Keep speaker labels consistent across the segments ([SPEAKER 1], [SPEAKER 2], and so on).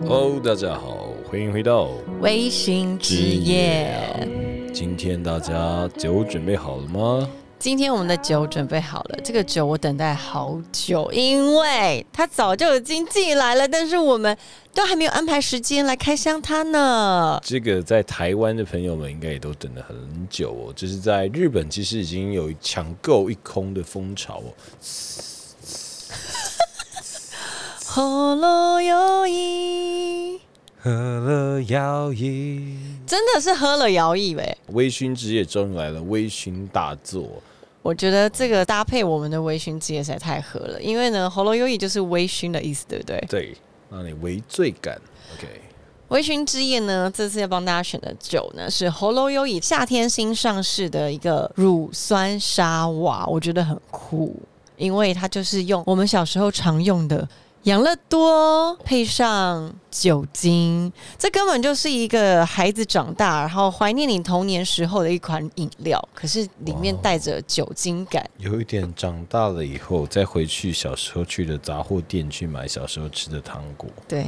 [SPEAKER 1] Hello，大家好，欢迎回到。
[SPEAKER 2] 微醺之夜。
[SPEAKER 1] 今天大家酒准备好了吗？
[SPEAKER 2] 今天我们的酒准备好了，这个酒我等待好久，因为它早就已经寄来了，但是我们都还没有安排时间来开箱它呢。
[SPEAKER 1] 这个在台湾的朋友们应该也都等了很久哦。就是在日本，其实已经有抢购一空的风潮哦。
[SPEAKER 2] 喉咙有意，
[SPEAKER 1] 喝了摇饮，
[SPEAKER 2] 真的是喝了摇椅呗。
[SPEAKER 1] 微醺之夜终于来了，微醺大作。
[SPEAKER 2] 我觉得这个搭配我们的微醺之夜实在太合了，因为呢，喉咙有意就是微醺的意思，对不对？
[SPEAKER 1] 对，让你微醉感。OK，
[SPEAKER 2] 微醺之夜呢，这次要帮大家选的酒呢是喉咙优以夏天新上市的一个乳酸沙瓦，我觉得很酷，因为它就是用我们小时候常用的养乐多配上酒精，这根本就是一个孩子长大然后怀念你童年时候的一款饮料，可是里面
[SPEAKER 1] 哇哦
[SPEAKER 2] 带着酒精感。
[SPEAKER 1] 有一点长大了以后，再回去小时候去的杂货店去买小时候吃的糖果。
[SPEAKER 2] 对，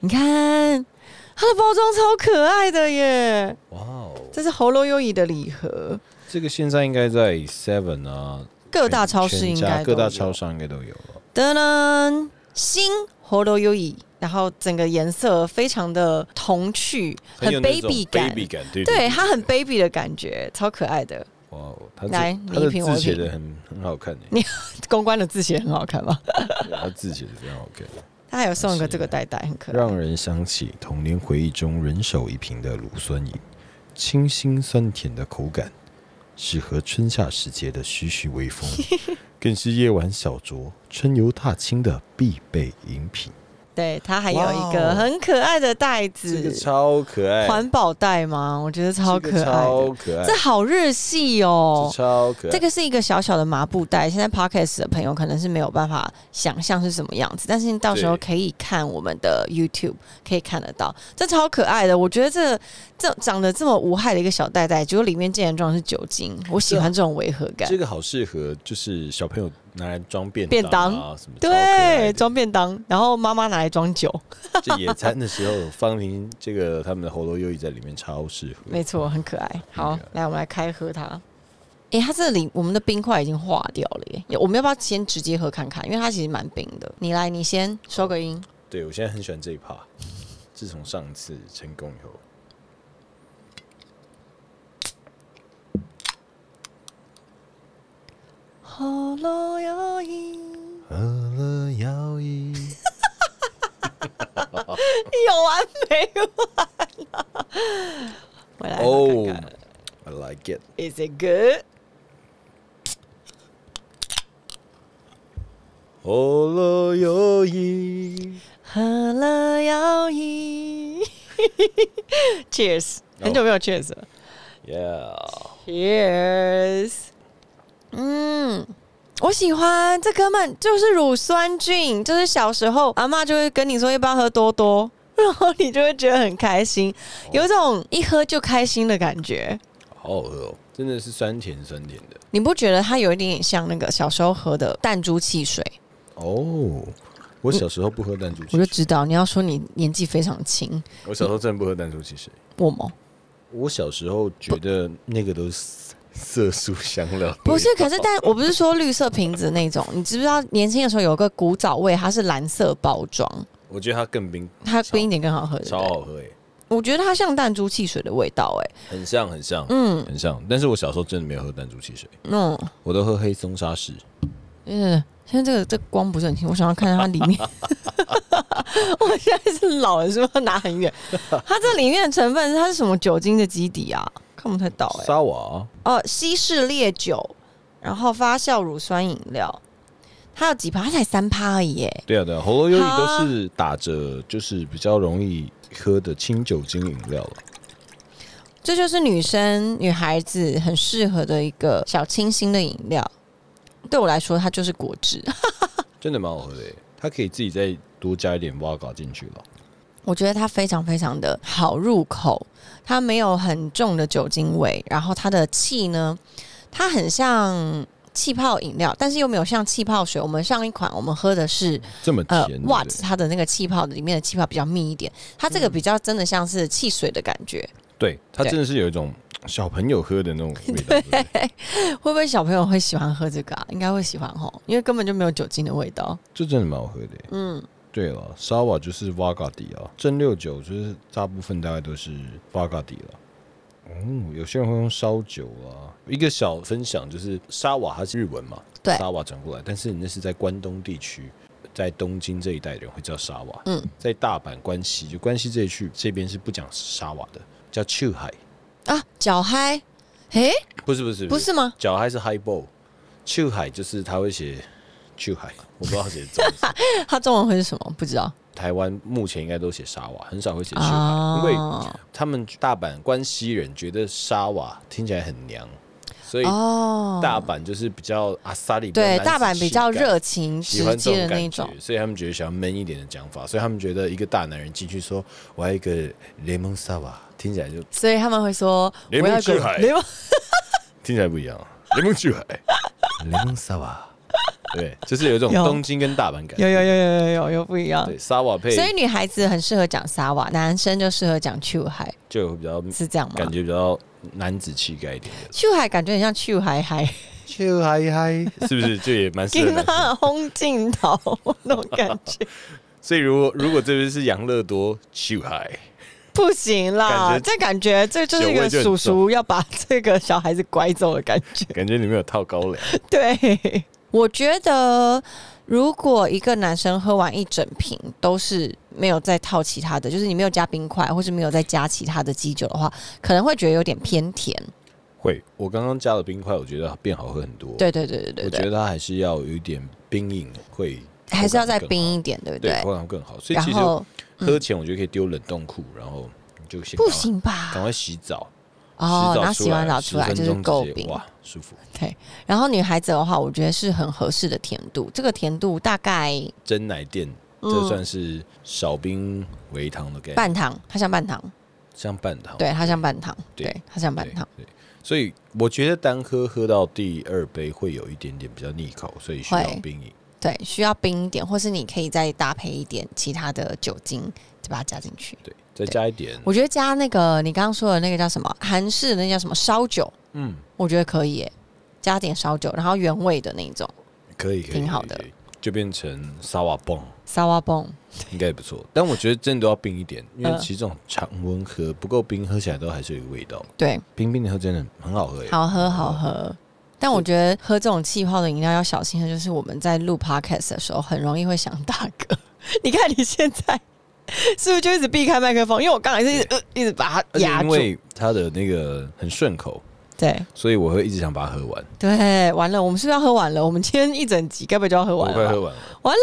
[SPEAKER 2] 你看它的包装超可爱的耶，
[SPEAKER 1] 哇哦，
[SPEAKER 2] 这是喉咙优以的礼盒。
[SPEAKER 1] 这个现在应该在 Seven 啊，
[SPEAKER 2] 各大超市
[SPEAKER 1] 全
[SPEAKER 2] 应
[SPEAKER 1] 家
[SPEAKER 2] 该
[SPEAKER 1] 各
[SPEAKER 2] 都
[SPEAKER 1] 大
[SPEAKER 2] 有
[SPEAKER 1] 超商应该都有了。
[SPEAKER 2] 噔噔，新喉咙优椅，然后整个颜色非常的童趣，很
[SPEAKER 1] 有那种
[SPEAKER 2] baby 感，
[SPEAKER 1] baby 感，对
[SPEAKER 2] 对，它很 baby 的感觉，超可爱的。
[SPEAKER 1] 哇哦，它
[SPEAKER 2] 来
[SPEAKER 1] 这
[SPEAKER 2] 你
[SPEAKER 1] 它的
[SPEAKER 2] 一瓶我
[SPEAKER 1] 字
[SPEAKER 2] 一
[SPEAKER 1] 写
[SPEAKER 2] 瓶
[SPEAKER 1] 的很很好看诶，
[SPEAKER 2] 你公关的字写很好 看吧？
[SPEAKER 1] 它字写的非常好看，欸
[SPEAKER 2] 它还有送一个这个袋袋，很可爱。
[SPEAKER 1] 让人想起童年回忆中人手一瓶的乳酸饮，清新酸甜的口感，适合春夏时节的徐徐微 风，更是夜晚小酌、春游踏青的必备饮品。
[SPEAKER 2] 对，它还有一
[SPEAKER 1] 哇哦
[SPEAKER 2] 个很可爱的袋
[SPEAKER 1] 这个
[SPEAKER 2] 子，
[SPEAKER 1] 超可爱，
[SPEAKER 2] 环保袋吗？我觉得超
[SPEAKER 1] 这
[SPEAKER 2] 可
[SPEAKER 1] 个
[SPEAKER 2] 爱
[SPEAKER 1] 超
[SPEAKER 2] 的，
[SPEAKER 1] 可爱，
[SPEAKER 2] 这好日系哦
[SPEAKER 1] 这。超可爱，
[SPEAKER 2] 这个是一个小小的麻布袋，现在 podcast 的朋友可能是没有办法想象是什么样子，但是你到时候
[SPEAKER 1] 对
[SPEAKER 2] 可以看我们的 YouTube 可以看得到，这超可爱的。我觉得这这长得这么无害的一个小袋袋，结果里面竟然装的是酒精，我喜欢这种违和感
[SPEAKER 1] 这。个好适合，就是小朋友拿来装便
[SPEAKER 2] 便
[SPEAKER 1] 当啊什么，
[SPEAKER 2] 对，装便当，然后妈妈拿来装酒，
[SPEAKER 1] 这野餐的时候放进这个他们的喉咙优衣在里面超适合，
[SPEAKER 2] 没错，很可爱。
[SPEAKER 1] 很
[SPEAKER 2] 好
[SPEAKER 1] 可爱，
[SPEAKER 2] 来我们来开喝它。诶，它这里我们的冰块已经化掉了耶，我们要不要先直接喝看看？因为它其实蛮冰的。你来，你先收个音。
[SPEAKER 1] 对我现在很喜欢这一趴，自从上次成功以后，
[SPEAKER 2] 喉咙有 音。
[SPEAKER 1] 喝了摇椅，
[SPEAKER 2] 有完没完啊？我来
[SPEAKER 1] 哦
[SPEAKER 2] 看看、
[SPEAKER 1] ，I like it，
[SPEAKER 2] i s it good？
[SPEAKER 1] 喉咙优衣，
[SPEAKER 2] 喝了摇椅 ，Cheers！
[SPEAKER 1] 哦
[SPEAKER 2] 很久没有 Cheers 了
[SPEAKER 1] yeah，
[SPEAKER 2] ，Cheers！嗯。我喜欢这根本就是乳酸菌，就是小时候阿嬷就会跟你说要不要喝多多，然后你就会觉得很开心，有一种一喝就开心的感觉。
[SPEAKER 1] 好好喝哦，真的是酸甜酸甜的
[SPEAKER 2] 你不觉得它有一点点像那个小时候喝的弹珠汽水？
[SPEAKER 1] 哦。我小时候不喝弹珠汽
[SPEAKER 2] 我
[SPEAKER 1] 水
[SPEAKER 2] 就，知道你要说你年纪非常轻，
[SPEAKER 1] 我小时候真的不喝弹珠汽水。
[SPEAKER 2] 我吗？
[SPEAKER 1] 我小时候觉得那个都是色素香料，
[SPEAKER 2] 不是，可是但我不是说绿色瓶子那种，你知不知道年轻的时候有个古早味，它是蓝色包装，
[SPEAKER 1] 我觉得它更冰，
[SPEAKER 2] 它冰一点更好喝
[SPEAKER 1] 超
[SPEAKER 2] 的。
[SPEAKER 1] 好喝诶，
[SPEAKER 2] 我觉得它像弹珠汽水的味道、哎，
[SPEAKER 1] 很像很像
[SPEAKER 2] 嗯
[SPEAKER 1] 很像。但是我小时候真的没有喝弹珠汽水，
[SPEAKER 2] 嗯
[SPEAKER 1] 我都喝黑松沙士。
[SPEAKER 2] 嗯。现在这个这个光不是很清，我想要看它里面。 我现在是老人，是不是要拿很远？它这里面的成分它是什么酒精的基底啊？看不太到哎、
[SPEAKER 1] 沙瓦啊
[SPEAKER 2] 哦，西式烈酒，然后发酵乳酸饮料，它有几趴？它才三趴而已耶。
[SPEAKER 1] 对啊对啊，喉咙优饮
[SPEAKER 2] 好啊
[SPEAKER 1] 都是打着就是比较容易喝的清酒精饮料了。
[SPEAKER 2] 这就是女生女孩子很适合的一个小清新的饮料。对我来说，它就是果汁。
[SPEAKER 1] 真的蛮好喝的诶，欸它可以自己再多加一点哇嘎进去了。
[SPEAKER 2] 我觉得它非常非常的好入口，它没有很重的酒精味，然后它的气呢，它很像气泡饮料，但是又没有像气泡水。我们上一款我们喝的是
[SPEAKER 1] 这么
[SPEAKER 2] 呃
[SPEAKER 1] 甜，对不
[SPEAKER 2] Watt，
[SPEAKER 1] 对
[SPEAKER 2] 它的那个气泡里面的气泡比较密一点，它这个比较真的像是汽水的感觉。
[SPEAKER 1] 对，它
[SPEAKER 2] 对
[SPEAKER 1] 真的是有一种小朋友喝的那种味道。对不对
[SPEAKER 2] 会不会小朋友会喜欢喝这个啊？应该会喜欢吼，因为根本就没有酒精的味道。
[SPEAKER 1] 这真的蛮好喝的耶。
[SPEAKER 2] 嗯，
[SPEAKER 1] 对了，沙瓦就是 v a g a 底啊，蒸馏酒就是大部分大概都是 v a g a 底了。哦，有些人会用烧酒啊。一个小分享就是沙瓦，它是日文嘛，
[SPEAKER 2] 对
[SPEAKER 1] 沙瓦转过来，但是那是在关东地区，在东京这一带的人会叫沙瓦，
[SPEAKER 2] 嗯，
[SPEAKER 1] 在大阪、关西就关西这一区这边是不讲沙瓦的，叫 c h 海，
[SPEAKER 2] 啊，脚嗨，诶，
[SPEAKER 1] 不是不是
[SPEAKER 2] 不是吗？
[SPEAKER 1] 脚还是 high ball，c h 海就是他会写 c h 海，我不知道写怎么写。
[SPEAKER 2] 它中文会是什么？不知道
[SPEAKER 1] 台湾目前应该都写沙瓦，很少会写 c h 海，因为
[SPEAKER 2] 哦
[SPEAKER 1] 他们大阪关西人觉得沙瓦听起来很娘，所以
[SPEAKER 2] 哦
[SPEAKER 1] 大阪就是比较阿萨里，
[SPEAKER 2] 对
[SPEAKER 1] 比较
[SPEAKER 2] 大
[SPEAKER 1] 男
[SPEAKER 2] 阪
[SPEAKER 1] 子气
[SPEAKER 2] 比较
[SPEAKER 1] 概，
[SPEAKER 2] 热情
[SPEAKER 1] 喜
[SPEAKER 2] 直
[SPEAKER 1] 欢这种
[SPEAKER 2] 接的那一
[SPEAKER 1] 感
[SPEAKER 2] 种
[SPEAKER 1] 觉，，所以他们觉得想要闷一点的讲法，所以他们觉得一个大男人进去说我要一个雷蒙沙瓦，听起来就
[SPEAKER 2] 所以他们会说我
[SPEAKER 1] 联盟
[SPEAKER 2] 要
[SPEAKER 1] 之
[SPEAKER 2] 个
[SPEAKER 1] 海
[SPEAKER 2] 联盟
[SPEAKER 1] 听起来不一样 啊，雷蒙巨海，雷蒙沙瓦，对，就是有一种
[SPEAKER 2] 有
[SPEAKER 1] 东京跟大阪感，
[SPEAKER 2] 有有有有有有有不一样。
[SPEAKER 1] 对，沙瓦配
[SPEAKER 2] 所以女孩子很适合讲沙瓦，男生就适合讲去海，
[SPEAKER 1] 就有比较
[SPEAKER 2] 是这样吗？
[SPEAKER 1] 感觉比较男子气概一点的，
[SPEAKER 2] 去海感觉很像去海海，
[SPEAKER 1] 就嗨嗨，是不是就也蛮适合
[SPEAKER 2] 跟
[SPEAKER 1] 男生？
[SPEAKER 2] 他轰镜头那种感觉，
[SPEAKER 1] 所以如果如果这边是养乐多去嗨，
[SPEAKER 2] 不行啦！
[SPEAKER 1] 感觉
[SPEAKER 2] 这感觉这就是一
[SPEAKER 1] 酒
[SPEAKER 2] 个
[SPEAKER 1] 味就很
[SPEAKER 2] 叔叔要把这个小孩子拐走的感觉。
[SPEAKER 1] 感觉里面有套高粱，
[SPEAKER 2] 对，我觉得如果一个男生喝完一整瓶都是没有再套其他的，就是你没有加冰块，或是没有再加其他的基酒的话，可能会觉得有点偏甜。
[SPEAKER 1] 会。我刚刚加了冰块，我觉得变好喝很多。，
[SPEAKER 2] 对对对对
[SPEAKER 1] 我
[SPEAKER 2] 对
[SPEAKER 1] 觉
[SPEAKER 2] 对，
[SPEAKER 1] 得它还是要有一点冰饮，会
[SPEAKER 2] 还是要再
[SPEAKER 1] 口感更好，
[SPEAKER 2] 冰一点，对不
[SPEAKER 1] 对，
[SPEAKER 2] 对？
[SPEAKER 1] 口感更好。所以
[SPEAKER 2] 然
[SPEAKER 1] 其实
[SPEAKER 2] 后嗯
[SPEAKER 1] 喝前我觉得可以丢冷冻库，然后你就先赶
[SPEAKER 2] 不
[SPEAKER 1] 快，
[SPEAKER 2] 行吧？
[SPEAKER 1] 赶快洗澡，
[SPEAKER 2] 哦，
[SPEAKER 1] 洗
[SPEAKER 2] 然
[SPEAKER 1] 澡
[SPEAKER 2] 后
[SPEAKER 1] 出
[SPEAKER 2] 洗完澡出来
[SPEAKER 1] 10
[SPEAKER 2] 就
[SPEAKER 1] 分
[SPEAKER 2] 是
[SPEAKER 1] 钟
[SPEAKER 2] 够
[SPEAKER 1] 直接
[SPEAKER 2] 冰。
[SPEAKER 1] 哇，舒服。
[SPEAKER 2] 对，然后女孩子的话，我觉得是很合适的甜度，这个甜度大概
[SPEAKER 1] 真奶店这算是少冰微糖的概念，
[SPEAKER 2] 嗯半糖，它像半糖，
[SPEAKER 1] 像半糖。
[SPEAKER 2] 对，它像半糖，
[SPEAKER 1] 哦对
[SPEAKER 2] 对，它像半
[SPEAKER 1] 对
[SPEAKER 2] 糖。
[SPEAKER 1] 对，所以我觉得单喝喝到第二杯会有一点点比较腻口，所以需要
[SPEAKER 2] 会
[SPEAKER 1] 冰饮。
[SPEAKER 2] 对，需要冰一点，或是你可以再搭配一点其他的酒精，再把它加进去。
[SPEAKER 1] 对，再加一点，
[SPEAKER 2] 我觉得加那个你刚刚说的那个叫什么韩式的那叫什么烧酒，
[SPEAKER 1] 嗯，
[SPEAKER 2] 我觉得可以耶，加点烧酒，然后原味的那种
[SPEAKER 1] 可以，可以
[SPEAKER 2] 挺好
[SPEAKER 1] 可以
[SPEAKER 2] 的
[SPEAKER 1] 可以就变成沙瓦泵，
[SPEAKER 2] 沙
[SPEAKER 1] 啊
[SPEAKER 2] 瓦泵。
[SPEAKER 1] 应该也不 错。但我觉得真的都要冰一点，因为
[SPEAKER 2] 嗯
[SPEAKER 1] 其实这种常温喝不够冰，喝起来都还是有一个味道。
[SPEAKER 2] 对，
[SPEAKER 1] 冰冰的喝真的很好喝耶，
[SPEAKER 2] 好喝好
[SPEAKER 1] 嗯
[SPEAKER 2] 喝。但我觉得喝这种气泡的饮料要小心的，就是我们在录 podcast 的时候，很容易会想打嗝。 你看你现在是不是就一直避开麦克风？因为我刚才是一直、呃、一直把它
[SPEAKER 1] 而且
[SPEAKER 2] 压
[SPEAKER 1] 嗯因
[SPEAKER 2] 住。
[SPEAKER 1] 为它的那个很顺口，
[SPEAKER 2] 对
[SPEAKER 1] 所以我会一直想把它喝完。
[SPEAKER 2] 对，完了，我们是不是要喝完了？我们今天一整集该不会就要喝
[SPEAKER 1] 我
[SPEAKER 2] 完
[SPEAKER 1] 快
[SPEAKER 2] 了吧？
[SPEAKER 1] 喝完了，了
[SPEAKER 2] 完
[SPEAKER 1] 完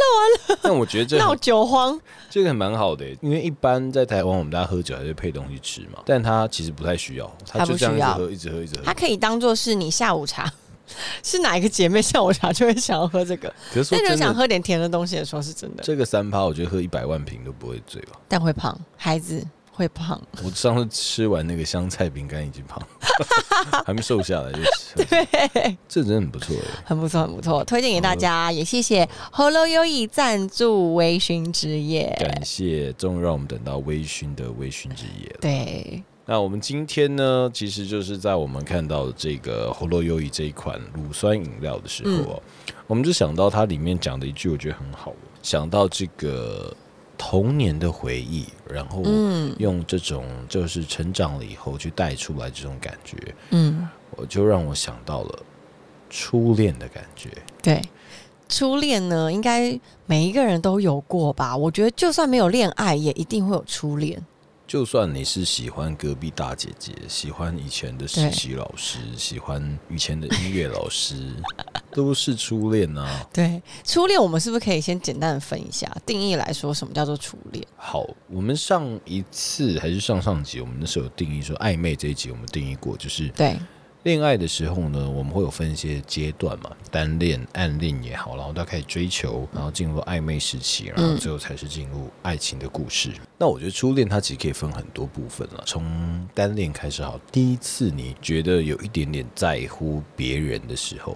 [SPEAKER 1] 了。但我觉得这
[SPEAKER 2] 闹
[SPEAKER 1] 很
[SPEAKER 2] 酒荒，
[SPEAKER 1] 这个蛮好的耶，因为一般在台湾我们大家喝酒还是配东西吃嘛，但它其实不太需要，它
[SPEAKER 2] 它
[SPEAKER 1] 就
[SPEAKER 2] 不
[SPEAKER 1] 这样一
[SPEAKER 2] 需
[SPEAKER 1] 直
[SPEAKER 2] 要
[SPEAKER 1] 喝，一直喝，一直喝
[SPEAKER 2] 它。可以当做是你下午茶。 是哪一个姐妹下午茶就会想要喝这个？
[SPEAKER 1] 可是说
[SPEAKER 2] 但如果
[SPEAKER 1] 真
[SPEAKER 2] 想
[SPEAKER 1] 的，
[SPEAKER 2] 喝点甜的东西的时候，是真的，
[SPEAKER 1] 这个三趴我觉得喝一百万瓶都不会醉吧。
[SPEAKER 2] 但会胖，孩子会胖。
[SPEAKER 1] 我上次吃完那个香菜饼干已经胖了， 还没瘦下来就吃。
[SPEAKER 2] 对，
[SPEAKER 1] 这真的很不错耶。欸
[SPEAKER 2] 很不错，很不错，推荐给大家，也谢谢 Hello 优以赞助微醺之夜。
[SPEAKER 1] 感谢，终于让我们等到微醺的微醺之夜了。
[SPEAKER 2] 对，
[SPEAKER 1] 那我们今天呢，其实就是在我们看到这个喉咙优怡这一款乳酸饮料的时候哦，我们就想到它里面讲的一句，我觉得很好哦，想到这个童年的回忆，然后
[SPEAKER 2] 嗯
[SPEAKER 1] 用这种就是成长了以后去带出来这种感觉，
[SPEAKER 2] 嗯，
[SPEAKER 1] 我就让我想到了初恋的感觉。
[SPEAKER 2] 对，初恋呢，应该每一个人都有过吧？我觉得就算没有恋爱，也一定会有初恋。
[SPEAKER 1] 就算你是喜欢隔壁大姐姐，喜欢以前的实习老师，喜欢以前的音乐老师，都是初恋啊。
[SPEAKER 2] 对，初恋我们是不是可以先简单的分一下定义来说，什么叫做初恋？
[SPEAKER 1] 好，我们上一次还是上上集，我们那时候有定义说暧昧这一集，我们定义过，就是
[SPEAKER 2] 对，
[SPEAKER 1] 恋爱的时候呢，我们会有分一些阶段嘛，单恋、暗恋也好，然后到开始追求，然后进入暧昧时期，然后最后才是进入爱情的故事。
[SPEAKER 2] 嗯
[SPEAKER 1] 那我觉得初恋它其实可以分很多部分了，从单恋开始好，第一次你觉得有一点点在乎别人的时候，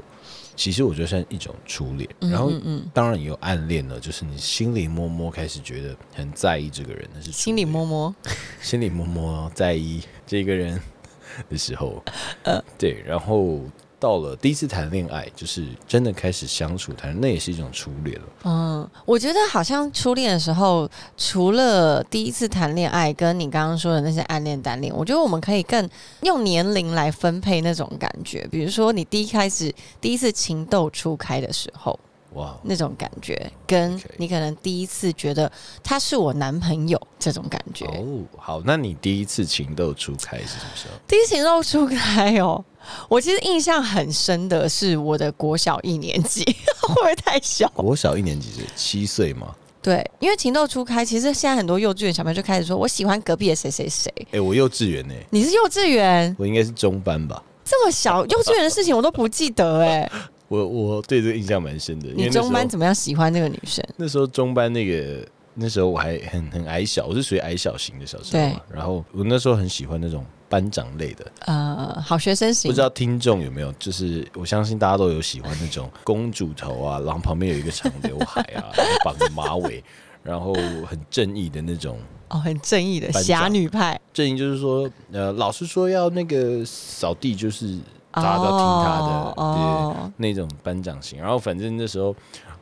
[SPEAKER 1] 其实我觉得算一种初恋，
[SPEAKER 2] 嗯
[SPEAKER 1] 然后
[SPEAKER 2] 嗯嗯，
[SPEAKER 1] 当然也有暗恋了，就是你心里默默开始觉得很在意这个人，那是初
[SPEAKER 2] 心里
[SPEAKER 1] 恋
[SPEAKER 2] 摸摸，
[SPEAKER 1] 心里默默在意这个人 的时候，
[SPEAKER 2] 呃
[SPEAKER 1] 对，然后到了第一次谈恋爱，就是真的开始相处谈，那也是一种初恋了。
[SPEAKER 2] 嗯，我觉得好像初恋的时候，除了第一次谈恋爱，跟你刚刚说的那些暗恋、单恋，我觉得我们可以更用年龄来分配那种感觉。比如说，你第一开始第一次情窦初开的时候，
[SPEAKER 1] 哇，
[SPEAKER 2] 那种感觉，跟
[SPEAKER 1] OK
[SPEAKER 2] 你可能第一次觉得他是我男朋友这种感觉。
[SPEAKER 1] 哦，好，那你第一次情窦初开是什么时候？
[SPEAKER 2] 第一次情窦初开哦，我其实印象很深的是我的国小一年级， 会不会太小？
[SPEAKER 1] 国小一年级是七岁吗？
[SPEAKER 2] 对，因为情窦初开，其实现在很多幼稚园小朋友就开始说，我喜欢隔壁的谁谁谁。
[SPEAKER 1] 哎、我幼稚园呢、
[SPEAKER 2] 你是幼稚园
[SPEAKER 1] 我应该是中班吧。
[SPEAKER 2] 这么小，幼稚园的事情我都不记得 哎、
[SPEAKER 1] 我我对这个印象蛮深的，因为
[SPEAKER 2] 你
[SPEAKER 1] 那时候
[SPEAKER 2] 中班怎么样喜欢那个女生？
[SPEAKER 1] 那时候中班那个那时候我还很很矮小，我是属于矮小型的小时候嘛。然后我那时候很喜欢那种班长类的，
[SPEAKER 2] 呃，好学生型
[SPEAKER 1] 不知，道听众有没有，就是我相信大家都有喜欢那种公主头啊，然后旁边有一个长刘海啊，然后绑个马尾，然后很正义的那种。
[SPEAKER 2] 哦，很正义的
[SPEAKER 1] 班长
[SPEAKER 2] 侠女派，
[SPEAKER 1] 正义就是说，呃，老师说要那个扫地，就是大家都要听他的，对，
[SPEAKER 2] 哦，
[SPEAKER 1] 那种班长型。然后反正那时候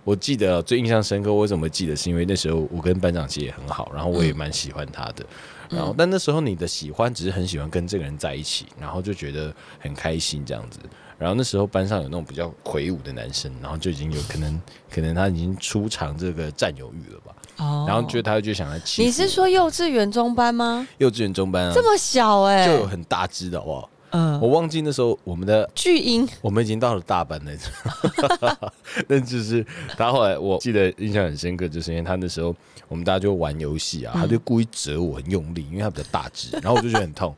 [SPEAKER 1] 我记得最印象深刻，我怎么记得是因为那时候我跟班长其实也很好，然后我也蛮喜欢他的。
[SPEAKER 2] 嗯
[SPEAKER 1] 然后但那时候你的喜欢只是很喜欢跟这个人在一起，然后就觉得很开心这样子。然后那时候班上有那种比较魁梧的男生，然后就已经有可能， 可能他已经出场这个占有欲了吧。
[SPEAKER 2] 哦
[SPEAKER 1] 然后就他就想来欺负我。
[SPEAKER 2] 你是说幼稚园中班吗？
[SPEAKER 1] 幼稚园中班啊，
[SPEAKER 2] 这么小哎、
[SPEAKER 1] 就有很大只的好不好？
[SPEAKER 2] 嗯、
[SPEAKER 1] 我忘记那时候我们的
[SPEAKER 2] 巨婴
[SPEAKER 1] 我们已经到了大班了， 那就是他后来我记得印象很深刻，就是因为他那时候我们大家就玩游戏
[SPEAKER 2] 嗯
[SPEAKER 1] 啊，他就故意折我很用力，因为他比较大 只，然后我就觉得很痛。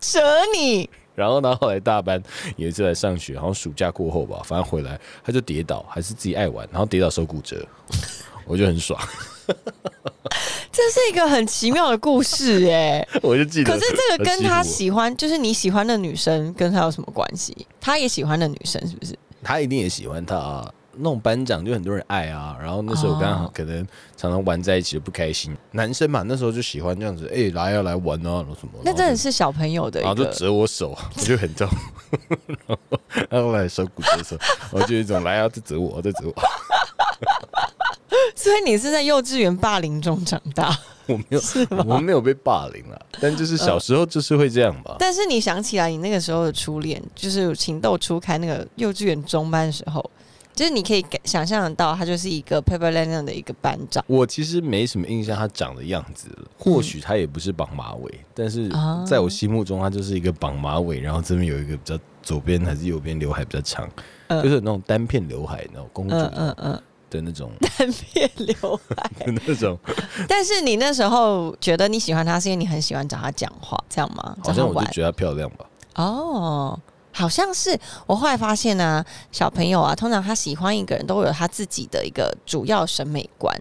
[SPEAKER 2] 折你，
[SPEAKER 1] 然后呢，后来大班有一次来上学，好像暑假过后吧，反正回来他就跌倒，还是自己爱玩，然后跌倒手骨折，我就很爽，
[SPEAKER 2] 这是一个很奇妙的故事哎、
[SPEAKER 1] 我就记得。
[SPEAKER 2] 可是这个跟他
[SPEAKER 1] 欺负
[SPEAKER 2] 喜欢，就是你喜欢的女生跟他有什么关系？他也喜欢的女生是不是？
[SPEAKER 1] 我他一定也喜欢他啊。那种班长就很多人爱啊，然后那时候我跟他
[SPEAKER 2] 哦
[SPEAKER 1] 可能常常玩在一起就不开心，男生嘛那时候就喜欢这样子，哎、来啊来玩啊，然后什么，
[SPEAKER 2] 那
[SPEAKER 1] 然
[SPEAKER 2] 真
[SPEAKER 1] 后
[SPEAKER 2] 的
[SPEAKER 1] 就是
[SPEAKER 2] 小朋友的
[SPEAKER 1] 然后
[SPEAKER 2] 一
[SPEAKER 1] 就
[SPEAKER 2] 个，
[SPEAKER 1] 折我手，我就 很痛。然后后来手骨折的时候，我就有一种来啊，这折我，这折我，
[SPEAKER 2] 所以你是在幼稚园霸凌中长大，
[SPEAKER 1] 我没有，
[SPEAKER 2] 是吗？
[SPEAKER 1] 我没有被霸凌了，但就是小时候就是会这样吧。
[SPEAKER 2] 但是你想起来，你那个时候的初恋，就是情窦初开那个幼稚园中班的时候，就是你可以感想象得到，他就是一个漂漂亮亮的一个班长，
[SPEAKER 1] 我其实没什么印象他长的样子了，或许他也不是绑马尾，但是
[SPEAKER 2] 啊
[SPEAKER 1] 在我心目中他就是一个绑马尾，然后这边有一个比较左边还是右边刘海比较长，
[SPEAKER 2] 嗯
[SPEAKER 1] 就是有那种单片刘海，那种公主
[SPEAKER 2] 嗯嗯嗯，
[SPEAKER 1] 的那种、
[SPEAKER 2] 单片刘海。
[SPEAKER 1] 那 种，
[SPEAKER 2] 但是你那时候觉得你喜欢他，是因为你很喜欢找他讲话，这样吗？
[SPEAKER 1] 好
[SPEAKER 2] 找
[SPEAKER 1] 像
[SPEAKER 2] 他
[SPEAKER 1] 我
[SPEAKER 2] 玩
[SPEAKER 1] 就觉得她漂亮吧。
[SPEAKER 2] 哦，好像是我后来发现呢、小朋友啊，通常他喜欢一个人都会有他自己的一个主要审美观。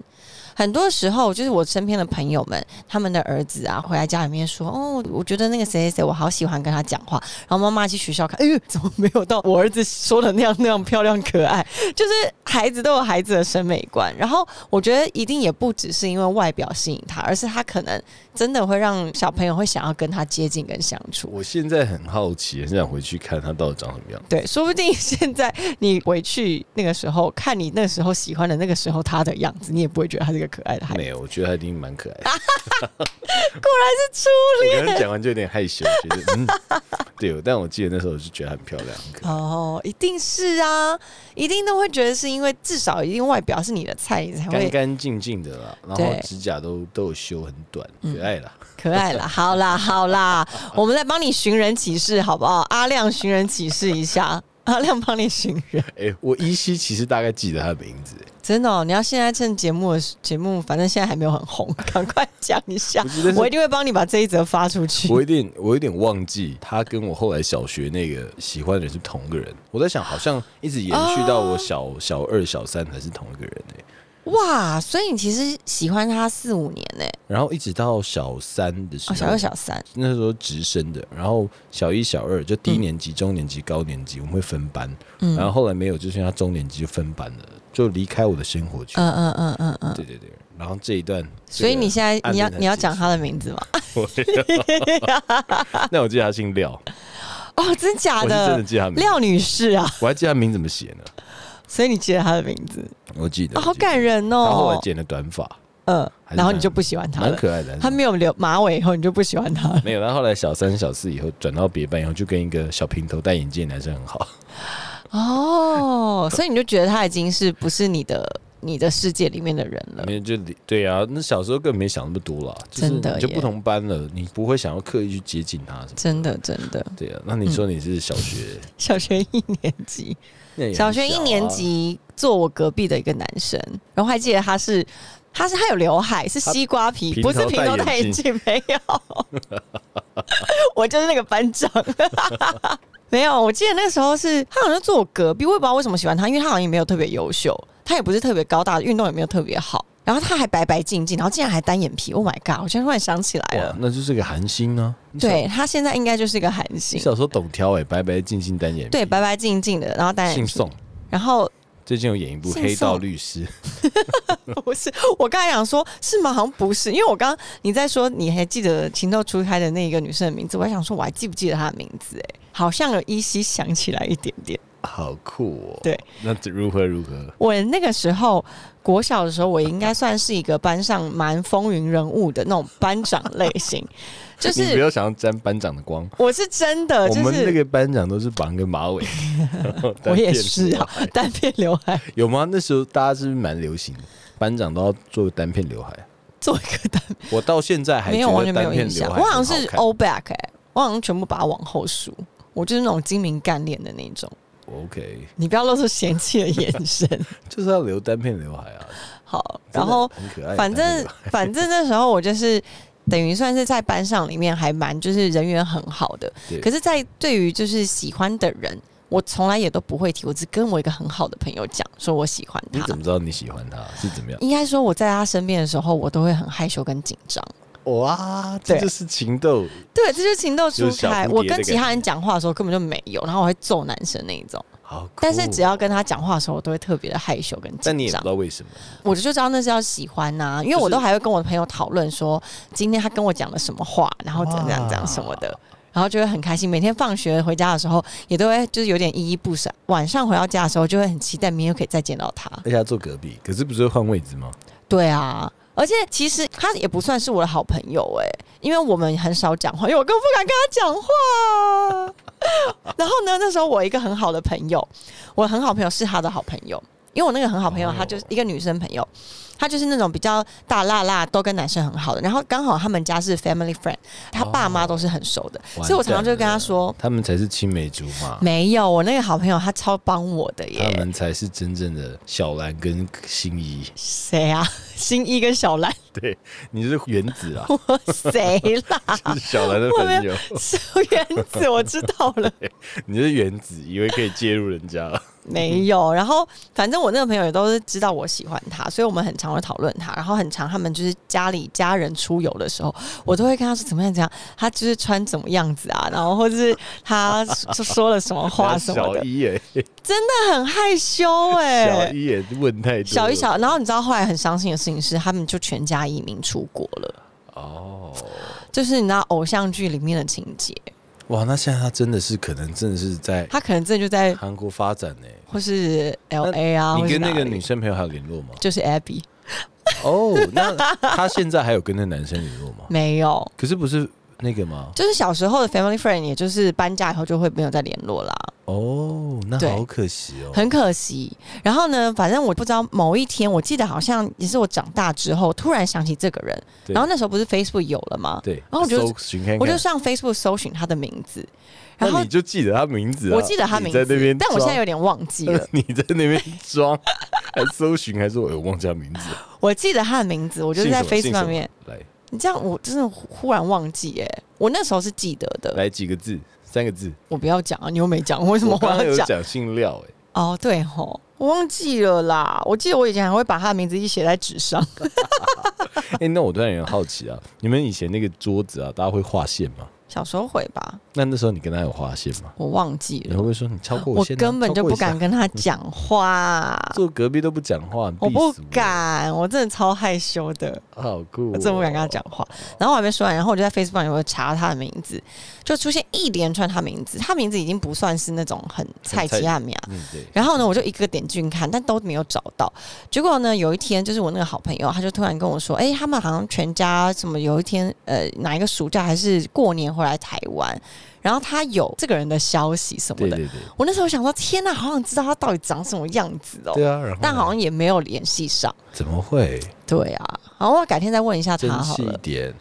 [SPEAKER 2] 很多时候，就是我身边的朋友们，他们的儿子啊，回来家里面说：“哦，我觉得那个谁谁谁，我好喜欢跟他讲话。”然后妈妈去学校看，哎呦，怎么没有到我儿子说的那样那样漂亮可爱？就是孩子都有孩子的审美观，然后我觉得一定也不只是因为外表吸引他，而是他可能真的会让小朋友会想要跟他接近跟相处。
[SPEAKER 1] 我现在很好奇，很想回去看他到底长什么样。
[SPEAKER 2] 对，说不定现在你回去那个时候看你那时候喜欢的那个时候他的样子，你也不会觉得他是个可爱的孩子。
[SPEAKER 1] 没有，我觉得他一定蛮可爱
[SPEAKER 2] 啊
[SPEAKER 1] 的。
[SPEAKER 2] 初
[SPEAKER 1] 我刚刚讲完就有点害羞，觉得嗯， 对，但我记得那时候我就觉得她很漂亮。很可爱
[SPEAKER 2] 哦，一定是啊，一定都会觉得是因为至少一定外表是你的菜，你才
[SPEAKER 1] 干
[SPEAKER 2] 会
[SPEAKER 1] 干净净的啦，然后
[SPEAKER 2] 对嗯
[SPEAKER 1] 指甲都都有修很短，可爱啦。
[SPEAKER 2] 可 爱啦。好啦，好啦，我们来帮你寻人启事好不好？阿亮寻人启事一下， 阿亮帮你寻人。
[SPEAKER 1] 哎、我依稀其实大概记得他的名字，哎
[SPEAKER 2] 真的、哦，你要现在趁节目的时节目，反正现在还没有很红， 赶快讲一下
[SPEAKER 1] 不是但，是
[SPEAKER 2] 我一定会帮你把这一则发出去。
[SPEAKER 1] 我有点我有点忘记他跟我后来小学那个喜欢的人是
[SPEAKER 2] 哦
[SPEAKER 1] 同一个人。我在想，好像一直延续到我小、小二、小三才是同一个人哎、
[SPEAKER 2] 哇，所以你其实喜欢他四五年呢、
[SPEAKER 1] 然后一直到小三的时
[SPEAKER 2] 哦，
[SPEAKER 1] 候，
[SPEAKER 2] 小二小三，
[SPEAKER 1] 那时候直升的，然后小一、小二就低年级、中年级、高年级，我们会分班。
[SPEAKER 2] 嗯，
[SPEAKER 1] 然后后来没有，就剩下中年级就分班了，就离开我的生活圈。
[SPEAKER 2] 嗯嗯嗯嗯嗯，
[SPEAKER 1] 对对对，然后这一段，
[SPEAKER 2] 所以你现在
[SPEAKER 1] 暗
[SPEAKER 2] 你
[SPEAKER 1] 恋
[SPEAKER 2] 要
[SPEAKER 1] 的
[SPEAKER 2] 你要
[SPEAKER 1] 结
[SPEAKER 2] 讲
[SPEAKER 1] 束
[SPEAKER 2] 他的名字吗？
[SPEAKER 1] 在，那我记得他姓廖，
[SPEAKER 2] 哦，真假
[SPEAKER 1] 我是真的记得他名字，
[SPEAKER 2] 廖女士啊，
[SPEAKER 1] 我还记得他名怎么写呢？
[SPEAKER 2] 所以你记得她的名字，
[SPEAKER 1] 我记得，
[SPEAKER 2] 哦、好
[SPEAKER 1] 我记得
[SPEAKER 2] 感。人
[SPEAKER 1] 然后我
[SPEAKER 2] 哦
[SPEAKER 1] 还。剪了短发，
[SPEAKER 2] 嗯，
[SPEAKER 1] 还是
[SPEAKER 2] 然后你
[SPEAKER 1] 蛮
[SPEAKER 2] 就不喜欢她
[SPEAKER 1] 蛮
[SPEAKER 2] 了。
[SPEAKER 1] 可爱的。
[SPEAKER 2] 她没有留马尾以后，你就不喜欢她了。
[SPEAKER 1] 没有，然后后来小三、小四以后转到别班以后，就跟一个小平头戴眼镜的男生很好。
[SPEAKER 2] 哦，所以你就觉得她已经是不是你的你的世界里面的人了？
[SPEAKER 1] 没有就理对啊，那小时候根本没想那么多啦，就是
[SPEAKER 2] 真的
[SPEAKER 1] 你就
[SPEAKER 2] 耶
[SPEAKER 1] 不同班了，你不会想要刻意去接近他什么。
[SPEAKER 2] 真的真的，
[SPEAKER 1] 对啊，那你说你是小学，
[SPEAKER 2] 小学一年级，
[SPEAKER 1] 那也很
[SPEAKER 2] 小学
[SPEAKER 1] 小
[SPEAKER 2] 一
[SPEAKER 1] 啊
[SPEAKER 2] 年，级坐我隔壁的一个男生，然后还记得他是。他是他有刘海，是
[SPEAKER 1] 他
[SPEAKER 2] 西瓜皮，
[SPEAKER 1] 平
[SPEAKER 2] 不是
[SPEAKER 1] 头
[SPEAKER 2] 平头
[SPEAKER 1] 戴
[SPEAKER 2] 戴
[SPEAKER 1] 眼
[SPEAKER 2] 眼镜，没有。 我就是那个班长， 没有。我记得那时候是他好像坐我隔壁，我也不知道为什么喜欢他，因为他好像也没有特别优秀，他也不是特别高大，运动也没有特别好，然后他还白白净净，然后竟然还单眼皮，Oh my god！我现在突然想起来
[SPEAKER 1] 哇
[SPEAKER 2] 了，，
[SPEAKER 1] 那就是个韩星啊。你小
[SPEAKER 2] 啊对，他现在应该就是一个韩
[SPEAKER 1] 你
[SPEAKER 2] 星，
[SPEAKER 1] 小时候懂挑哎，白白净净单眼皮，
[SPEAKER 2] 对，白白净净的，然后单眼
[SPEAKER 1] 姓
[SPEAKER 2] 皮，
[SPEAKER 1] 宋，
[SPEAKER 2] 然后
[SPEAKER 1] 最近有演一部《
[SPEAKER 2] 姓
[SPEAKER 1] 黑道
[SPEAKER 2] 宋
[SPEAKER 1] 律师》，
[SPEAKER 2] 不是，我刚才想说，是吗？好像不是，因为我刚你在说，你还记得情窦初开的那个女生的名字，我还想说，我还记不记得她的名字、欸？哎，好像有依稀想起来一点点。
[SPEAKER 1] 好酷哦。
[SPEAKER 2] 对，
[SPEAKER 1] 那这如何如何？
[SPEAKER 2] 我那个时候国小的时候，我应该算是一个班上蛮风云人物的那种班长类型，就
[SPEAKER 1] 你不
[SPEAKER 2] 是
[SPEAKER 1] 要想要沾班长的光。
[SPEAKER 2] 我是真的，
[SPEAKER 1] 我
[SPEAKER 2] 就
[SPEAKER 1] 们那
[SPEAKER 2] 是
[SPEAKER 1] 个班长都是绑个马尾，然后
[SPEAKER 2] 我
[SPEAKER 1] 单
[SPEAKER 2] 也
[SPEAKER 1] 辫
[SPEAKER 2] 是啊，单片刘海
[SPEAKER 1] 有吗？那时候大家是不是蛮流行的，班长都要做个单片刘海。
[SPEAKER 2] 做一个单，
[SPEAKER 1] 我到现在还
[SPEAKER 2] 没有
[SPEAKER 1] 觉得
[SPEAKER 2] 完全没
[SPEAKER 1] 单
[SPEAKER 2] 有
[SPEAKER 1] 片
[SPEAKER 2] 印象。
[SPEAKER 1] 刘海
[SPEAKER 2] 我好像
[SPEAKER 1] 很
[SPEAKER 2] 是
[SPEAKER 1] 看
[SPEAKER 2] all back 哎、我好像全部把它往后梳，我就是那种精明干练的那种。
[SPEAKER 1] OK，
[SPEAKER 2] 你不要露出嫌弃的眼神。
[SPEAKER 1] 就是要留单片刘海啊。
[SPEAKER 2] 好，
[SPEAKER 1] 真的
[SPEAKER 2] 然后
[SPEAKER 1] 很可爱的
[SPEAKER 2] 反
[SPEAKER 1] 单片
[SPEAKER 2] 正
[SPEAKER 1] 刘海
[SPEAKER 2] 反正那时候我就是等于算是在班上里面还蛮就是人缘很好的
[SPEAKER 1] 对，
[SPEAKER 2] 可是，在对于就是喜欢的人，我从来也都不会提，我只跟我一个很好的朋友讲说我喜欢
[SPEAKER 1] 你
[SPEAKER 2] 他
[SPEAKER 1] 怎。么知道你喜欢他是怎么 样？
[SPEAKER 2] 应该说我在他身边的时候，我都会很害羞跟紧张。
[SPEAKER 1] 哇，
[SPEAKER 2] 对
[SPEAKER 1] 这就是情窦，
[SPEAKER 2] 对，这就是情窦初
[SPEAKER 1] 就是小蝴
[SPEAKER 2] 开。
[SPEAKER 1] 蝶
[SPEAKER 2] 我
[SPEAKER 1] 的
[SPEAKER 2] 跟
[SPEAKER 1] 感
[SPEAKER 2] 其他人讲话的时候根本就没有，然后我会揍男生那一种。
[SPEAKER 1] 好酷哦。
[SPEAKER 2] 但是只要跟他讲话的时候，我都会特别的害羞跟
[SPEAKER 1] 但你
[SPEAKER 2] 紧
[SPEAKER 1] 也不
[SPEAKER 2] 张
[SPEAKER 1] 知。道为什么，
[SPEAKER 2] 我就知道那是要喜欢呐、因为
[SPEAKER 1] 就是
[SPEAKER 2] 我都还会跟我的朋友讨论说，今天他跟我讲了什么话，然后怎样怎样怎样什么的，然后就会很开心。每天放学回家的时候，也都会就是有点依依不舍。晚上回到家的时候，就会很期待明天又可以再见到他。
[SPEAKER 1] 而且他坐隔壁，可是不是会换位置吗？
[SPEAKER 2] 对啊。而且其实他也不算是我的好朋友哎、因为我们很少讲话，因为我更不敢跟他讲话。然后呢，那时候我一个很好的朋友，我很好朋友是他的好朋友，因为我那个很好朋友，
[SPEAKER 1] 哦
[SPEAKER 2] 她就是一个女生朋友，她就是那种比较大辣辣，都跟男生很好的。然后刚好他们家是 family friend，她爸妈都是很熟的，
[SPEAKER 1] 完
[SPEAKER 2] 所以我常常就
[SPEAKER 1] 哦
[SPEAKER 2] 跟
[SPEAKER 1] 蛋
[SPEAKER 2] 他
[SPEAKER 1] 了
[SPEAKER 2] 说，
[SPEAKER 1] 他们才是青梅竹马，
[SPEAKER 2] 没有，我那个好朋友她超帮我的
[SPEAKER 1] 他
[SPEAKER 2] 耶。
[SPEAKER 1] 们才是真正的小兰跟心怡。
[SPEAKER 2] 谁啊？ 新一跟小兰，
[SPEAKER 1] 对，你是原子 啊，
[SPEAKER 2] 我谁啦？
[SPEAKER 1] 就是小兰的
[SPEAKER 2] 我没
[SPEAKER 1] 朋
[SPEAKER 2] 有
[SPEAKER 1] 友，
[SPEAKER 2] 是原子，我知道了，
[SPEAKER 1] 你是原子，以为可以介入人家 了。
[SPEAKER 2] 没有。然后反正我那个朋友也都是知道我喜欢他，所以我们很常会讨论他。然后很常他们就是家里家人出游的时候，我都会跟他说怎么样怎么样，他就是穿怎么样子啊，然后或者是他说说了什么话 什么
[SPEAKER 1] 小
[SPEAKER 2] 的，
[SPEAKER 1] 一哎、
[SPEAKER 2] 那很害羞哎、
[SPEAKER 1] 小一也问太多了，
[SPEAKER 2] 小一小，然后你知道后来很伤心的事情是，他们就全家移民出国了，
[SPEAKER 1] 哦，
[SPEAKER 2] 就是你知道偶像剧里面的情节，
[SPEAKER 1] 哇，那现在他真的是可能真的是在
[SPEAKER 2] 他可能真的就在
[SPEAKER 1] 韩国发展呢、
[SPEAKER 2] 或是
[SPEAKER 1] 哦
[SPEAKER 2] L A 啊，
[SPEAKER 1] 你
[SPEAKER 2] 或是
[SPEAKER 1] 跟那个
[SPEAKER 2] 哪里
[SPEAKER 1] 女生朋友还有联络吗？
[SPEAKER 2] 就是 Abby
[SPEAKER 1] 哦，那他现在还有跟那男生联络 吗？
[SPEAKER 2] 没有，
[SPEAKER 1] 可是不是那个吗？
[SPEAKER 2] 就是小时候的 family friend，也就是搬家以后就会没有再联络啦，
[SPEAKER 1] 哦，那
[SPEAKER 2] 对
[SPEAKER 1] 好可惜哦。
[SPEAKER 2] 很可惜。然后呢，反正我不知道某一天，我记得好像也是我长大之后突然想起这个人，
[SPEAKER 1] 对
[SPEAKER 2] 然后那时候不是 Facebook 有了吗？
[SPEAKER 1] 对，
[SPEAKER 2] 然后我就
[SPEAKER 1] 搜寻看看，
[SPEAKER 2] 我就上 Facebook 搜寻他的名字，然
[SPEAKER 1] 那
[SPEAKER 2] 后
[SPEAKER 1] 你就记得他名字、啊，
[SPEAKER 2] 我记得他
[SPEAKER 1] 你
[SPEAKER 2] 名
[SPEAKER 1] 在那
[SPEAKER 2] 字
[SPEAKER 1] 边，装，。
[SPEAKER 2] 但我现在有点忘记了
[SPEAKER 1] 你在那边装， 还搜寻，还说哎我忘记他名字了，
[SPEAKER 2] 我记得他的名 字，我
[SPEAKER 1] 我
[SPEAKER 2] 就是在 Facebook 上面。
[SPEAKER 1] 来
[SPEAKER 2] 你这样我真的忽忽然忘记耶、我那时候是记得的。
[SPEAKER 1] 来几个字，三个字，
[SPEAKER 2] 我不要讲啊，你又没讲，为什么
[SPEAKER 1] 我刚
[SPEAKER 2] 要
[SPEAKER 1] 刚有
[SPEAKER 2] 讲？
[SPEAKER 1] 讲姓廖哎、
[SPEAKER 2] 哦，对吼，我忘记了啦。我记得我以前还会把他的名字一起写在纸上。
[SPEAKER 1] 哎、那我突然有点好奇啊，你们以前那个桌子啊，大家会划线吗？
[SPEAKER 2] 小时候会吧，
[SPEAKER 1] 那那时候你跟他有划线吗？
[SPEAKER 2] 我忘记
[SPEAKER 1] 你会
[SPEAKER 2] 了，
[SPEAKER 1] 不会说你超过
[SPEAKER 2] 我
[SPEAKER 1] 线啊、
[SPEAKER 2] 根本就
[SPEAKER 1] 超过
[SPEAKER 2] 不
[SPEAKER 1] 一下
[SPEAKER 2] 敢，跟他讲话，
[SPEAKER 1] 坐隔壁都不讲话，
[SPEAKER 2] 我不
[SPEAKER 1] 必死
[SPEAKER 2] 敢，我真的超害羞的。
[SPEAKER 1] 好酷、哦
[SPEAKER 2] 我真的不敢跟他讲。话。然后我还没说完，然后我就在 Facebook 上有没有查他的名字，就出现一连串他名字，他名字已经不算是那种很菜鸡啊名啊。
[SPEAKER 1] 嗯，对，
[SPEAKER 2] 然后呢，我就一个点进去看，但都没有找到。结果呢，有一天就是我那个好朋友，他就突然跟我说：“哎、他们好像全家什么有一天呃哪一个暑假还是过年回来台湾，然后他有这个人的消息什么
[SPEAKER 1] 对
[SPEAKER 2] 的。
[SPEAKER 1] 对对，
[SPEAKER 2] 我那时候想说：“天呐，好想知道他到底长什么样子哦！”
[SPEAKER 1] 对啊，然后
[SPEAKER 2] 但好
[SPEAKER 1] 呢
[SPEAKER 2] 像也没有联系上。
[SPEAKER 1] 怎么会？
[SPEAKER 2] 对啊，好，我改天再问一下
[SPEAKER 1] 珍
[SPEAKER 2] 他好
[SPEAKER 1] 惜一
[SPEAKER 2] 了。
[SPEAKER 1] 点，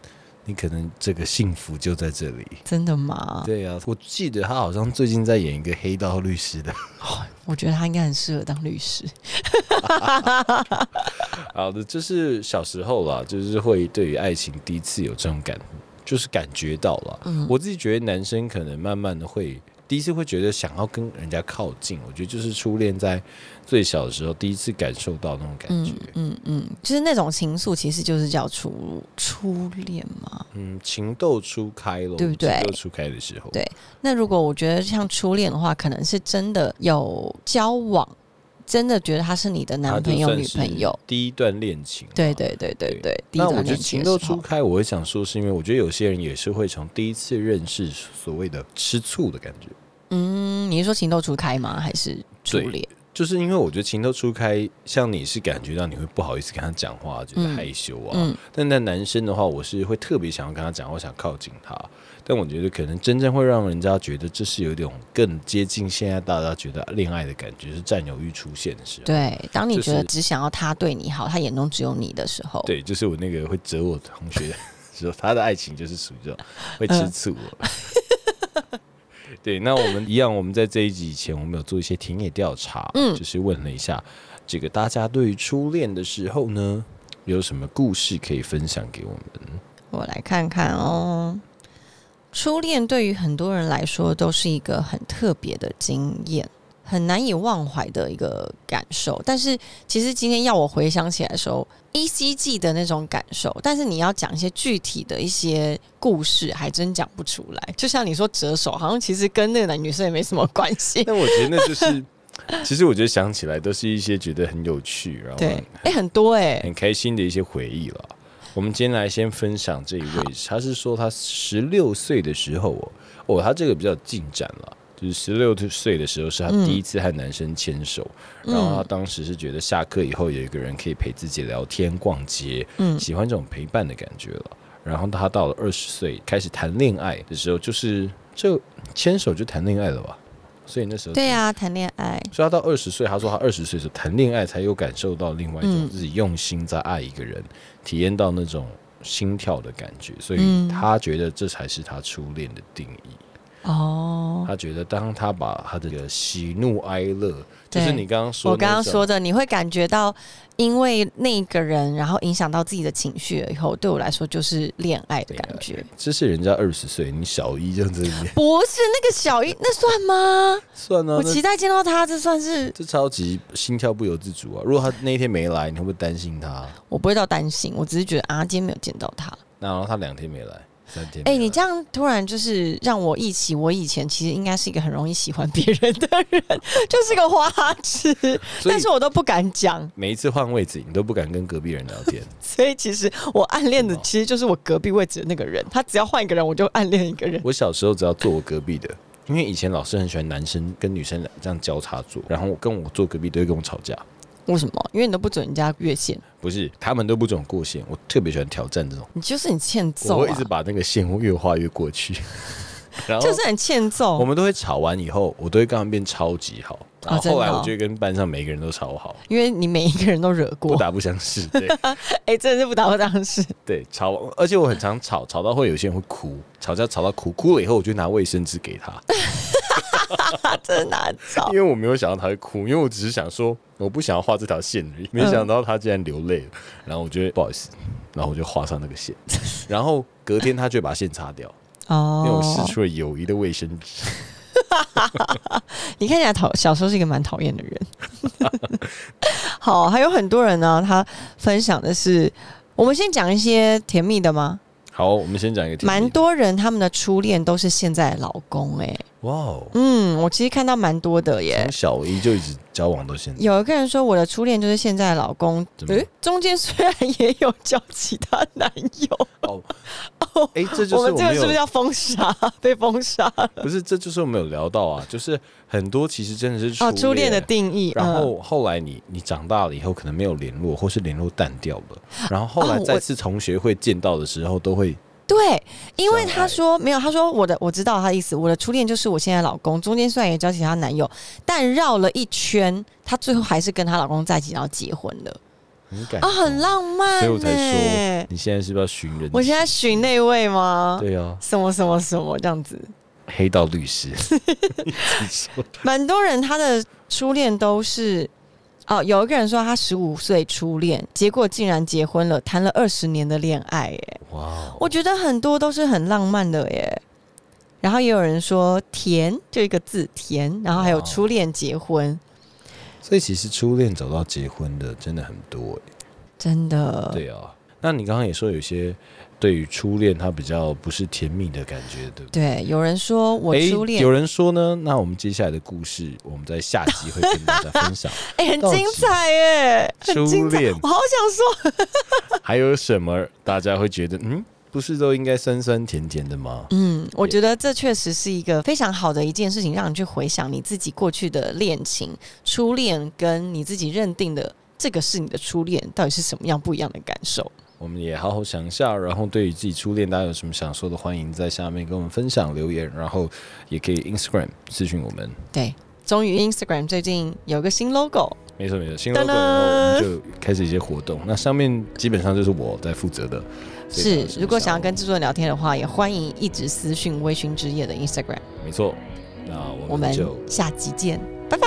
[SPEAKER 1] 你可能这个幸福就在这里。
[SPEAKER 2] 真的吗？
[SPEAKER 1] 对啊，我记得他好像最近在演一个黑道律师的。
[SPEAKER 2] 我觉得他应该很适合当律师。
[SPEAKER 1] 好的，就是小时候啦，就是会对于爱情第一次有这种感，就是感觉到了。
[SPEAKER 2] 嗯
[SPEAKER 1] 我自己觉得男生可能慢慢的会第一次会觉得想要跟人家靠近，我觉得就是初恋在最小的时候第一次感受到那种感觉
[SPEAKER 2] 嗯。嗯嗯，就是那种情愫，其实就是叫初初恋嘛。
[SPEAKER 1] 嗯，情窦初开咯，
[SPEAKER 2] 对不对
[SPEAKER 1] 情窦初开的时候，
[SPEAKER 2] 对那如果我觉得像初恋的话，可能是真的有交往，真的觉得他是你的
[SPEAKER 1] 他
[SPEAKER 2] 男
[SPEAKER 1] 就
[SPEAKER 2] 朋友、
[SPEAKER 1] 算
[SPEAKER 2] 女
[SPEAKER 1] 是
[SPEAKER 2] 朋友。
[SPEAKER 1] 第一段恋情啊嘛。
[SPEAKER 2] 对对对对对，第一
[SPEAKER 1] 那
[SPEAKER 2] 段
[SPEAKER 1] 我觉得
[SPEAKER 2] 恋
[SPEAKER 1] 情
[SPEAKER 2] 情哦的
[SPEAKER 1] 窦
[SPEAKER 2] 时
[SPEAKER 1] 初
[SPEAKER 2] 候
[SPEAKER 1] 开，我会想说，是因为我觉得有些人也是会从第一次认识所谓的吃醋的感觉，
[SPEAKER 2] 嗯，你是说情窦初开吗？还是初
[SPEAKER 1] 对
[SPEAKER 2] 恋？
[SPEAKER 1] 就是因为我觉得情窦初开，像你是感觉到你会不好意思跟他讲话，觉得
[SPEAKER 2] 嗯
[SPEAKER 1] 害羞啊。
[SPEAKER 2] 嗯
[SPEAKER 1] 但在男生的话，我是会特别想要跟他讲话，想靠近他。但我觉得可能真正会让人家觉得这是有一种更接近现在大家觉得恋爱的感觉，是占有欲出现的时候。
[SPEAKER 2] 对，当你
[SPEAKER 1] 就
[SPEAKER 2] 觉得
[SPEAKER 1] 是
[SPEAKER 2] 只想要他对你好，他眼中只有你的时候，
[SPEAKER 1] 对，就是我那个会折我同学的时候，他的爱情就是属于 这种会
[SPEAKER 2] 嗯
[SPEAKER 1] 吃醋我。对，那我们一样，我们在这一集以前，我们有做一些田野调查，
[SPEAKER 2] 嗯
[SPEAKER 1] 就是问了一下这个大家对于初恋的时候呢，有什么故事可以分享给我们？
[SPEAKER 2] 我来看看哦。初恋对于很多人来说都是一个很特别的经验，很难以忘怀的一个感受。但是其实今天要我回想起来的时候，依稀记得那种感受，但是你要讲一些具体的一些故事，还真讲不出来。就像你说折手，好像其实跟那个男女生也没什么关 系。
[SPEAKER 1] 但我觉得那就是，其实我觉得想起来都是一些觉得很有趣，然后
[SPEAKER 2] 对，哎、很多哎、
[SPEAKER 1] 很开心的一些回忆了。我们今天来先分享这一位，他是说他十六岁的时候哦，哦，他这个比较进展了，就是十六岁的时候是他
[SPEAKER 2] 嗯
[SPEAKER 1] 第一次和男生牵手，
[SPEAKER 2] 嗯
[SPEAKER 1] 然后他当时是觉得下课以后有一个人可以陪自己聊天、逛街，
[SPEAKER 2] 嗯
[SPEAKER 1] 喜欢这种陪伴的感觉了。然后他到了二十岁开始谈恋爱的时候，就是就牵手就谈恋爱了吧，所以那时候
[SPEAKER 2] 对啊，谈恋爱，
[SPEAKER 1] 所以他到二十岁，他说他二十岁的时候谈恋爱才有感受到另外一种
[SPEAKER 2] 嗯
[SPEAKER 1] 自己用心在爱一个人，体验到那种心跳的感觉，所以
[SPEAKER 2] 嗯
[SPEAKER 1] 他觉得这才是他初恋的定义。
[SPEAKER 2] 哦，
[SPEAKER 1] 他觉得当他把他的喜怒哀乐，就是
[SPEAKER 2] 对
[SPEAKER 1] 你刚刚说
[SPEAKER 2] 我
[SPEAKER 1] 的那
[SPEAKER 2] 刚刚
[SPEAKER 1] 种
[SPEAKER 2] 说的，你会感觉到，因为那个人，然后影响到自己的情绪了以后，对我来说就是恋爱的感觉。
[SPEAKER 1] 啊这是人家二十岁，你小一这样子 也
[SPEAKER 2] 不是那个小一，那算吗？
[SPEAKER 1] 算啊
[SPEAKER 2] 我，
[SPEAKER 1] 那
[SPEAKER 2] 期待见到他，这算是
[SPEAKER 1] 这超级心跳不由自主啊！如果他那一天没来，你会不会担心他？
[SPEAKER 2] 我不会到担心，我只是觉得啊，今天没有见到他。
[SPEAKER 1] 那然后他两天没来，三天没
[SPEAKER 2] 哎、
[SPEAKER 1] 来，
[SPEAKER 2] 你这样突然就是让我忆起，我以前其实应该是一个很容易喜欢别人的人， 就是个花痴，
[SPEAKER 1] 所以
[SPEAKER 2] 但是我都不敢讲。
[SPEAKER 1] 每一次换位置，你都不敢跟隔壁人聊天。
[SPEAKER 2] 所以其实我暗恋的
[SPEAKER 1] 真的哦
[SPEAKER 2] 其实就是我隔壁位置的那个人，他只要换一个人，我就暗恋一个人。
[SPEAKER 1] 我小时候只要坐我隔壁的，因为以前老师很喜欢男生跟女生这样交叉坐，然后跟我坐隔壁都会跟我吵架。
[SPEAKER 2] 为什么？因为你都不准人家越线，
[SPEAKER 1] 不是，他们都不准我过线，我特别喜欢挑战这种，
[SPEAKER 2] 你就是很欠
[SPEAKER 1] 我
[SPEAKER 2] 揍
[SPEAKER 1] 会一
[SPEAKER 2] 啊
[SPEAKER 1] 直！把那个线越画越过去。 然后
[SPEAKER 2] 就是很欠
[SPEAKER 1] 我
[SPEAKER 2] 揍。
[SPEAKER 1] 们都会吵完以后，我都会跟他们变超级好。然后
[SPEAKER 2] 真的
[SPEAKER 1] 后来我
[SPEAKER 2] 哦
[SPEAKER 1] 就会跟班上每一个人都超好，
[SPEAKER 2] 因为你每一个人都惹
[SPEAKER 1] 不
[SPEAKER 2] 过，
[SPEAKER 1] 打不相识。对
[SPEAKER 2] 哎、真的是不打不当事。
[SPEAKER 1] 对，吵，而且我很常吵，吵到会有些人会哭，吵架吵到哭，哭了以后我就拿卫生纸给他。
[SPEAKER 2] 啊， 真的难找
[SPEAKER 1] 因。为我没有想到他会哭，因为我只是想说我不想要画这条线而已，
[SPEAKER 2] 嗯
[SPEAKER 1] 没想到他竟然流泪了，然后我就会不好意思，然后我就画上那个 线， 然后隔天他就会把线擦掉，因为我
[SPEAKER 2] 哦
[SPEAKER 1] 试出了友谊的卫生纸。
[SPEAKER 2] 你看起来讨小时候是一个蛮讨厌的人。 好，还有很多人呢、他分享的是，我们先讲一些甜蜜的吗？
[SPEAKER 1] 好，我们先讲一个甜蜜
[SPEAKER 2] 蛮多人他们的初恋都是现在的老公、欸，哎，
[SPEAKER 1] 哇哦，
[SPEAKER 2] 嗯，我其实看到蛮多的耶
[SPEAKER 1] 从。小一就一直交往到现在，
[SPEAKER 2] 有一个人说我的初恋就是现在的老公，
[SPEAKER 1] 怎么
[SPEAKER 2] 诶、中间虽然也有交其他男友，
[SPEAKER 1] 哦，哎、这就是
[SPEAKER 2] 我们这个
[SPEAKER 1] 没
[SPEAKER 2] 是不
[SPEAKER 1] 有
[SPEAKER 2] 是要封杀？被封杀了
[SPEAKER 1] 不是，这就是我们有聊到啊，就是很多其实真的是 初
[SPEAKER 2] 哦，初恋的定义。
[SPEAKER 1] 然
[SPEAKER 2] 嗯
[SPEAKER 1] 后后来你你长大了以后，可能没有联络，或是联络淡掉了。然后后来
[SPEAKER 2] 哦
[SPEAKER 1] 再
[SPEAKER 2] 我
[SPEAKER 1] 次同学会见到的时候，都会
[SPEAKER 2] 对，因为
[SPEAKER 1] 相
[SPEAKER 2] 他
[SPEAKER 1] 爱
[SPEAKER 2] 说没有，他说我的我知道他的意思，我的初恋就是我现在的老公，中间虽然也交其他男友，但绕了一圈，她最后还是跟她老公在一起，然后结婚了
[SPEAKER 1] 很感
[SPEAKER 2] 啊，
[SPEAKER 1] 动
[SPEAKER 2] 很浪漫、欸。
[SPEAKER 1] 所以我才说，你现在是不是要寻人？
[SPEAKER 2] 我现在寻那位吗？
[SPEAKER 1] 对啊，
[SPEAKER 2] 什么什么什么这样子，
[SPEAKER 1] 黑道律 师，你自己说
[SPEAKER 2] 蛮多人他的初恋都是。哦，有一个人说他十五岁初恋，结果竟然结婚了，谈了二十年的恋爱，耶。
[SPEAKER 1] 哇哦，
[SPEAKER 2] 我觉得很多都是很浪漫的耶。然后也有人说甜，就一个字甜，然后还有
[SPEAKER 1] 哇
[SPEAKER 2] 初恋结婚，
[SPEAKER 1] 所以其实初恋走到结婚的真的很多、欸
[SPEAKER 2] 真的。
[SPEAKER 1] 对啊，那你刚刚也说有些对于初恋，它比较不是甜蜜的感觉，对不对？
[SPEAKER 2] 对有人说我
[SPEAKER 1] 诶
[SPEAKER 2] 初恋
[SPEAKER 1] 有，人说呢，那我们接下来的故事，我们在下集会跟大家分 享
[SPEAKER 2] 哎、很
[SPEAKER 1] 到
[SPEAKER 2] 精
[SPEAKER 1] 此
[SPEAKER 2] 彩耶，很
[SPEAKER 1] 初
[SPEAKER 2] 精彩
[SPEAKER 1] 恋，
[SPEAKER 2] 我好想说，
[SPEAKER 1] 还有什么大家会觉得，嗯，不是都应该酸酸甜甜的吗？
[SPEAKER 2] 嗯，我觉得这确实是一个非常好的一件事情，让你去回想你自己过去的恋情、初恋，跟你自己认定的这个是你的初恋，到底是什么样不一样的感受？
[SPEAKER 1] 我们也好好想一下，然后对于自己初恋，大家有什么想说的，欢迎在下面跟我们分享留言，然后也可以 Instagram 私讯我们。
[SPEAKER 2] 对，终于 Instagram 最近有个新 logo，
[SPEAKER 1] 没错没错，新
[SPEAKER 2] 噔
[SPEAKER 1] logo
[SPEAKER 2] 噔
[SPEAKER 1] 然后我们就开始一些活动，那上面基本上就是我在负责的。哦所以大家
[SPEAKER 2] 是
[SPEAKER 1] 有什，么
[SPEAKER 2] 如果想要跟制作人聊天的话，也欢迎一直私讯微醺之夜的 Instagram。
[SPEAKER 1] 没错，那我
[SPEAKER 2] 我
[SPEAKER 1] 们
[SPEAKER 2] 们
[SPEAKER 1] 就
[SPEAKER 2] 下集见。
[SPEAKER 1] 拜。